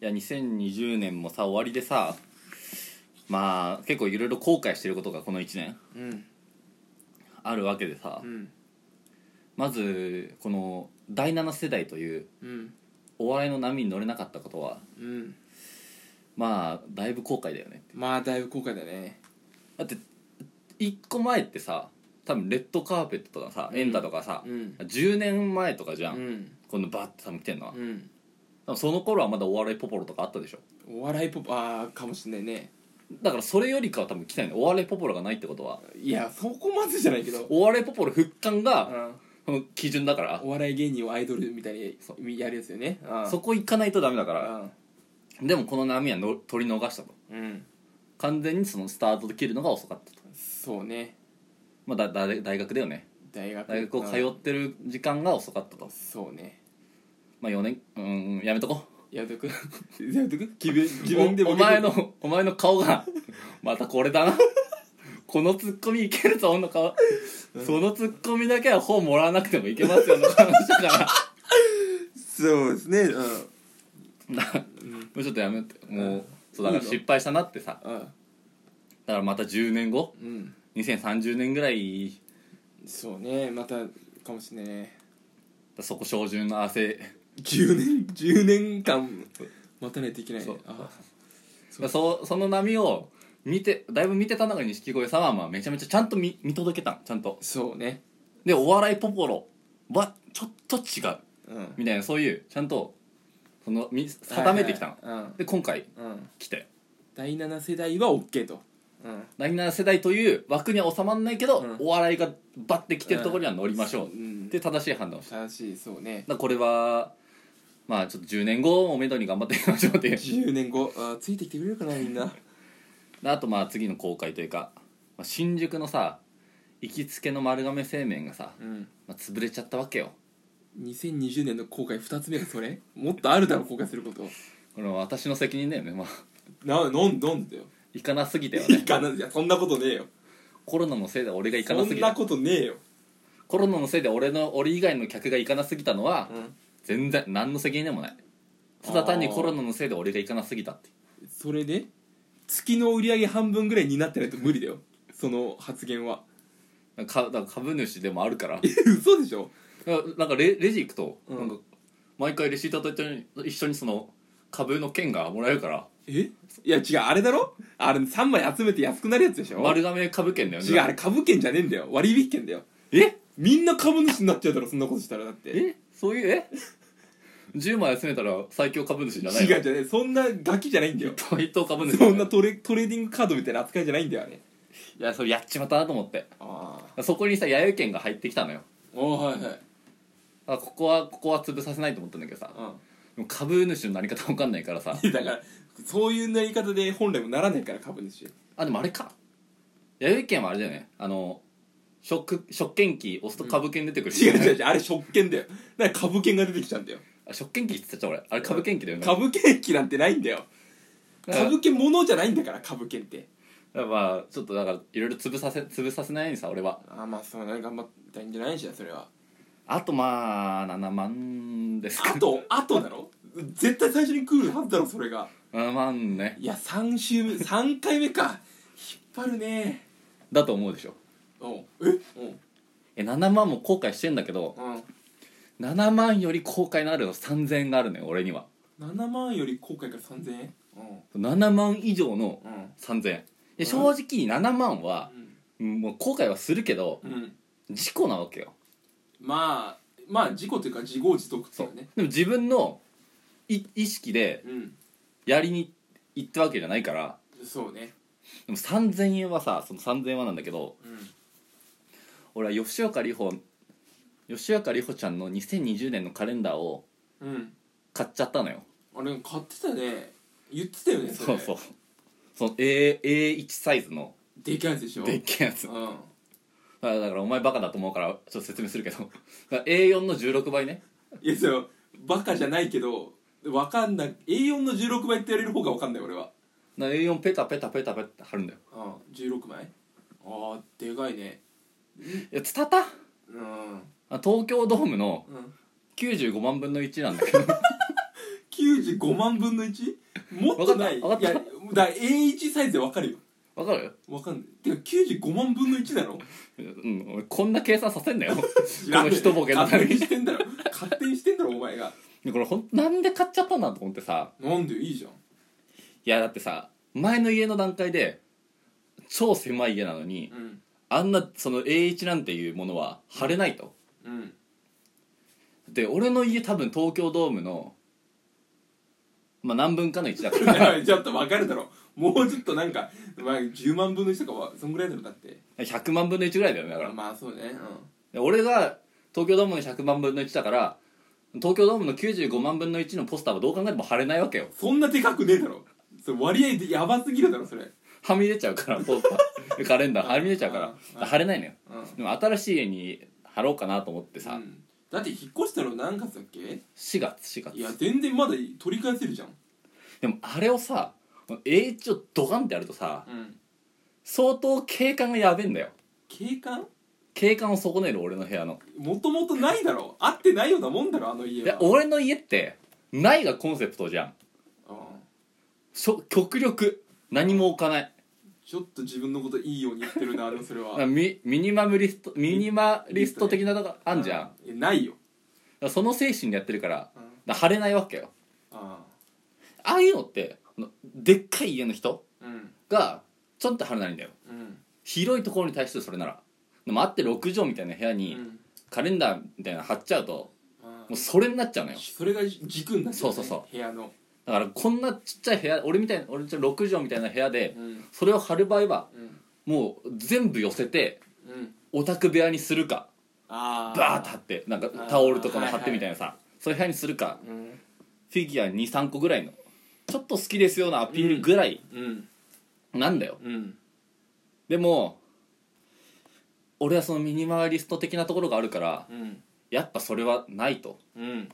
や2020年もさ終わりでさまあ結構いろいろ後悔してることがこの1年うんあるわけでさ、うんまずこの第7世代といううんお笑いの波に乗れなかったことはうんまあだいぶ後悔だよねまあだいぶ後悔だねだって1個前ってさ多分レッドカーペットとかさ、エンタとかさ、うん10年前とかじゃ、うんんこのバッて多分来てんのは、うん多分その頃はまだお笑いポポロとかあったでしょお笑いポップああかもしんないねだからそれよりかは多分来たいのお笑いポポロがないってことはいやそこまでじゃないけどお笑いポポロ復刊うがんこの基準だからお笑い芸人をアイドルみたいにやるやつよねうんそこ行かないとダメだからうでもこの波はの取り逃したとんうん完全にそのスタートできるのが遅かったと、そうねまあ、だだ大学だよね大学大学を通うってる時間が遅かったとんそうねまあ4年うんやめとこ やめとくやめと く自分自分でおボおケて前のお前の顔が またこれだなこのツッコミいけるぞの顔、そのツッコミだけは本もらわなくてもいけますよの話だからそうですねうんなもうちょっとやめてもうそうだから失敗したなってさうんだからまた10年後うん2030年ぐらいそうねまたかもしれないねそこ照準の汗10年10年間待たないといけないねそうあそその波を見てだいぶ見てた中に錦鯉さんはまあめちゃめちゃちゃんと見見届けたんちゃんとそうねでお笑いポポロはちょっと違ううんみたいなそういうちゃんとそのみ定めてきたの、うんで今回うん来たよ第7世代は OK とうん第7世代という枠には収まんないけど、うんお笑いがバッて来てるところには乗りましょう、んで正しい判断をした正しいそうねだからこれはまあちょっと10年後をめどに頑張っていきましょうっていう10年後あついてきてくれるかなみんなであとまあ次の公開というか、まあ、新宿のさ行きつけの丸亀製麺がさ、うんまあ、潰れちゃったわけよ2020年の後悔2つ目がそれもっとあるだろ後悔することこれは私の責任だよねまあななんなんだよ行かなすぎたよいねかないやそんなことねえよコロナのせいで俺が行かなそすんぎなたことねえよコロナのせいで俺の俺以外の客が行かなすぎたのは、うん全然何の責任でもないただ単にコロナのせいで俺が行かなすぎたってそれで月の売り上げ半分ぐらいになってないと無理だよその発言はかだから株主でもあるから嘘でしょなんかレレジ行くと、うんなんか毎回レシートと一緒に一緒にその株の券がもらえるからえいや違うあれだろあれ3枚集めて安くなるやつでしょ丸亀株券だよね違うあれ株券じゃねえんだよ割引券だよえみんな株主になっちゃうだろそんなことしたらだってえそういうえ10枚集めたら最強株主じゃない違うじゃねそんなガキじゃないんだよ一等株主そんなトレトレーディングカードみたいな扱いじゃないんだよねいやそれやっちまったなと思ってああそこにさ弥生券が入ってきたのよおはいはいあここはここは潰させないと思ったんだけどさでも株主のなり方わかんないからさうんだからそういうなり方で本来もならないから株主あでもあれか弥生券はあれだよねあの食食券機押すと株券出てくる、違う違う違うあれ食券だよだから株券が出てきちゃうんだよあ食券機って言ってた俺あれ株券機だよね株券機なんてないんだよだから株券ものじゃないんだから株券ってだからまあちょっとだからいろいろ潰させ潰させないようにさ俺はああまあそうね頑張ったんじゃないじゃんそれはあとまあ7万ですかあとあとだろ絶対最初に来るはずだろそれが7万ねいや3週目3回目か引っ張るねだと思うでしょおうええ7万も後悔してんだけどうんうん7万より後悔のあるの3000円があるのよ俺には7万より後悔から3000円う7万以上のんうん3000円で正直7万はうんもう後悔はするけどうん事故なわけよまあまあ事故というか自業自得っていうかねでも自分のい意識でうんやりに行ったわけじゃないからそうねでも3000円はさその3000円はなんだけどうん俺は吉岡里帆吉岡里帆ちゃんの2020年のカレンダーをうん買っちゃったのよあれ買ってたね言ってたよねそうそううその A- A1 サイズのでかいやつでしょでっけえやつうんあだからお前バカだと思うからちょっと説明するけどだから A4 の16倍ねいやそれバカじゃないけどわかんない A4 の16倍ってやれる方がわかんない俺はだから A4 ペタペタペタペタ貼るんだようん16枚ああでかいねいやツタタうんあ東京ドームのうん95万分の1なんだけど95万分の 1? もっとないわかったいわやかだっから A1 サイズでわかるよわかるわかんないてか95万分の1だろこうん俺こんな計算させんなよこの一ボケのた勝め手ににしてんだろ勝手にしてんだろお前がこれほんなんで買っちゃったんだと思ってさなんでいいじゃんいやだってさ前の家の段階で超狭い家なのにうんあんなその A1 なんていうものは貼れないとうんで俺の家多分東京ドームのまあ何分かの1だかいら やちょっとわかるだろもうちょっとなんか、まあ、10万分の1とかはそんぐらいだろだって100万分の1ぐらいだよねだからまあそうねで俺が東京ドームの100万分の1だから東京ドームの95万分の1のポスターはどう考えても貼れないわけようんそんなでかくねえだろそれ割合でやばすぎるだろそれはみ出ちゃうからポスター カレンダーはみ出ちゃうからうんだから貼れないのようんでも新しい家に貼ろうかなと思ってさ、うんだって引っ越したの何月だっけ4月4月いや全然まだ取り返せるじゃんでもあれをさ A1 をドカンってやるとさうん相当景観がやべえんだよ景観景観を損ねる俺の部屋のもともとないだろ合ってないようなもんだろあのい家はや俺の家ってないがコンセプトじゃんうんしょ極力何も置かないちょっと自分のこといいように言ってるなでもそれはミミニマムリストミニマリスト的なと こあんじゃんだかうないよらその精神でやってるからうんだから晴れないわけよあああいうのってあのでっかい家の人うんがちょっと晴れないんだようん広いところに対してそれならでもあって6畳みたいな部屋うにんカレンダーみたいなの貼っちゃうとあもうそれになっちゃうのよそれが軸になってそうそうそう部屋のだからこんなちっちゃい部屋俺みたいな俺の6畳みたいな部屋でうんそれを貼る場合はうんもう全部寄せてうんオタク部屋にするかああバーッと貼ってなんかタオルとかも貼ってみたいなさそういう部屋にするかうんフィギュア23個ぐらいのちょっと好きですようなアピールぐらいうんなんだよ、うんでも俺はそのミニマリスト的なところがあるからうんやっぱそれはないとうん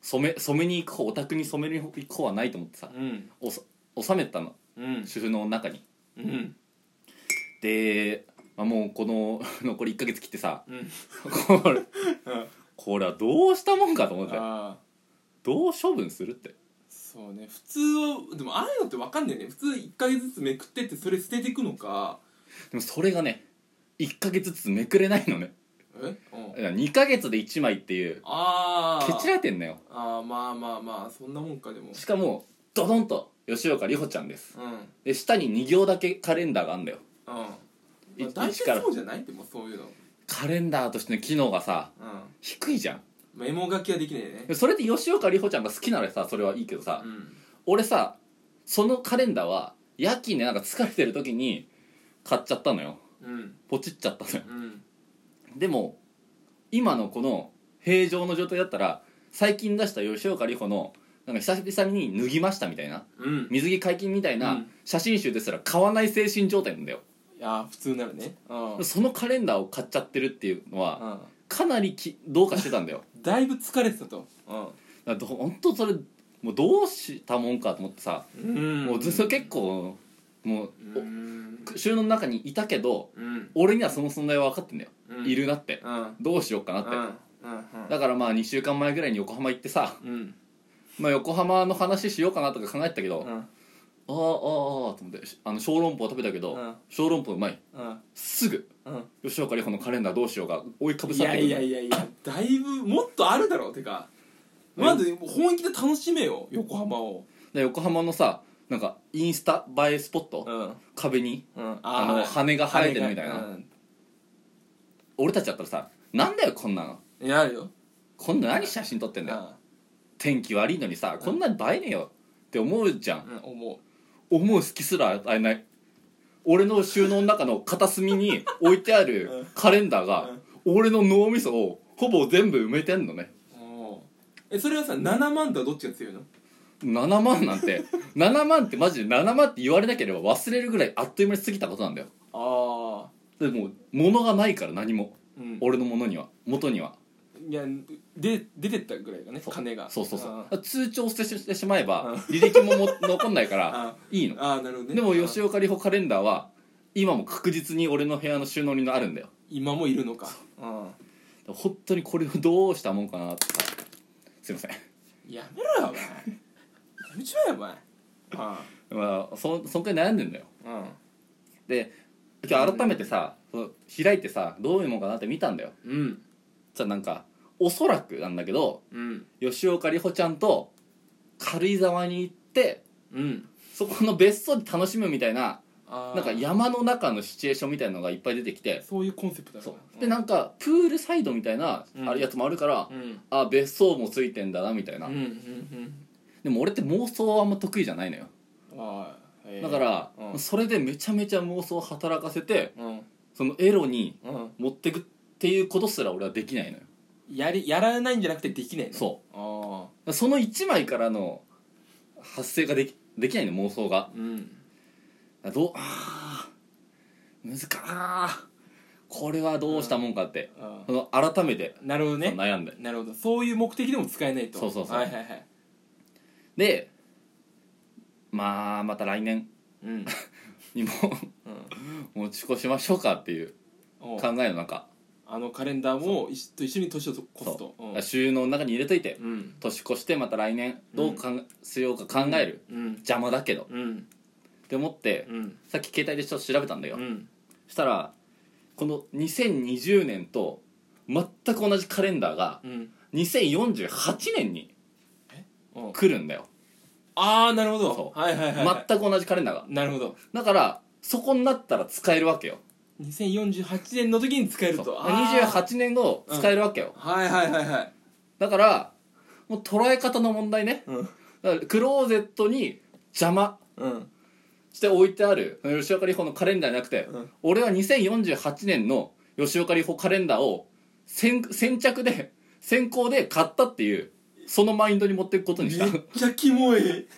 染め染めに行く方オタクに染めに行く方はないと思ってさうんおさ収めたのうん主婦の中にうんで、まあ、もうこの 残り1ヶ月来てさうんこれこれはどうしたもんかと思ってああどう処分するってそうね普通はでもああいうのって分かんないよね普通1ヶ月ずつめくってってそれ捨てていくのかでもそれがね1ヶ月ずつめくれないのねえうんいや2ヶ月で1枚っていうああケチられてんのよああまあまあまあそんなもんかでもしかもドドンと吉岡里帆ちゃんですうんうんで下に2行だけカレンダーがあんだよまあい大体一からそうじゃないでもそういうのカレンダーとしての機能がさう低いじゃんんメモ書きはできないねでそれで吉岡里帆ちゃんが好きならさそれはいいけどさ、うん俺さそのカレンダーは夜勤でなんか疲れてる時に買っちゃったのようんポチっちゃったのようんでも今のこの平常の状態だったら最近出した吉岡里帆のなんか久々に脱ぎましたみたいなうん水着解禁みたいうなん写真集ですら買わない精神状態なんだよ、いや普通ならねうんうんそのカレンダーを買っちゃってるっていうのはかなりきどうかしてたん だよだいぶ疲れてたとうだからほんとそれもうどうしたもんかと思ってさ、んうんもうずっと結構もうう、んお収納の中にいたけどうん俺にはその存在は分かってんだよ、うんいるなってうんうんどうしようかなって、うんだからまあ2週間前ぐらいに横浜行ってさ、うんまあ、横浜の話しようかなとか考えてたけど、うあーあーんあーと思ってしあの小籠包食べたけど、うん小籠包うまいうんすぐうん吉岡里帆のカレンダーどうしようが追いかぶいさっやてくるいやいやいやだいぶもっとあるだろうてかまず本気で楽しめよ横浜をで横浜のさなんかインスタ映えスポット、ん壁にうんあの羽が生えてるみたいな俺たちだったらさ「なんだよこんなのいやあるよこんな何写真撮ってんだよ天気悪いのにさこんなん映えねえよ」って思うじゃんうん思思う隙すら与えない俺の収納の中の片隅に置いてあうんるカレンダーが俺の脳みそをほぼ全部埋めてんのねうおーえそれはさ7万とはどっちが強いの7万なんて7万ってマジで7万って言われなければ忘れるぐらいあっという間に過ぎたことなんだよああでも物がないから何もうん俺のものには元にはいやで出てったぐらいがねそう金がそうそうそうだあかーら通帳を捨てしてしまえうんば履歴もも残んないかあ らいいのあーなるほどねでも吉あー岡里帆カレンダーは今も確実に俺の部屋の収納にあるんだよ今もいるのかうん本当にこれをどうしたもんかなってさすいませんやめろよお前めちまえよお前あまあそそんくらい悩んでんだよあうんで今日改めてさ、そう開いてさどういうもんかなって見たんだようんじゃなんかおそらくなんだけどうん吉岡里帆ちゃんと軽井沢に行ってうんそこの別荘で楽しむみたいなあーなんか山の中のシチュエーションみたいのがいっぱい出てきてそういうコンセプトだそろうでなんかプールサイドみたいなうんあれやつもあるから、うんあ別荘もついてんだなみたいうんな、うんうんでも俺って妄想はあんま得意じゃないのよああへえだから、うんそれでめちゃめちゃ妄想を働かせてうんそのエロにうん持ってくっていうことすら俺はできないのよやりやらないんじゃなくてできないのそうあうその1枚からの発生ができできないの妄想があうんあどうあー難かあーこれはどうしたもんかって、あその改めてあなるほどそねの悩んでなるほどそういう目的でも使えないとそうそうそうはいはいはいでまあまた来年うんにもうん持ち越しましょうかっていうおう考えの中あのカレンダーも一緒と一緒に年を越すとそう収納の中に入れといてうん年越してまた来年どうかん、しようか考える、うん邪魔だけどうんって思って、うんさっき携帯でちょっと調べたんだよ、うんしたらこの2020年と全く同じカレンダーがうん2048年にうん来るんだよ、ああなるほどそはいはいはいはい全く同じカレンダーがなるほどだからそこになったら使えるわけよ2048年の時に使えるそうとあ28年後使えるわけよ、ーはいはいはいはいだからもう捉え方の問題ねうんだからクローゼットに邪魔うんして置いてある吉岡里帆のカレンダーじゃなくて、うん俺は2048年の吉岡里帆カレンダーを先先着 で先行で買ったっていうそのマインドに持っていくこと めにしたっちゃキモい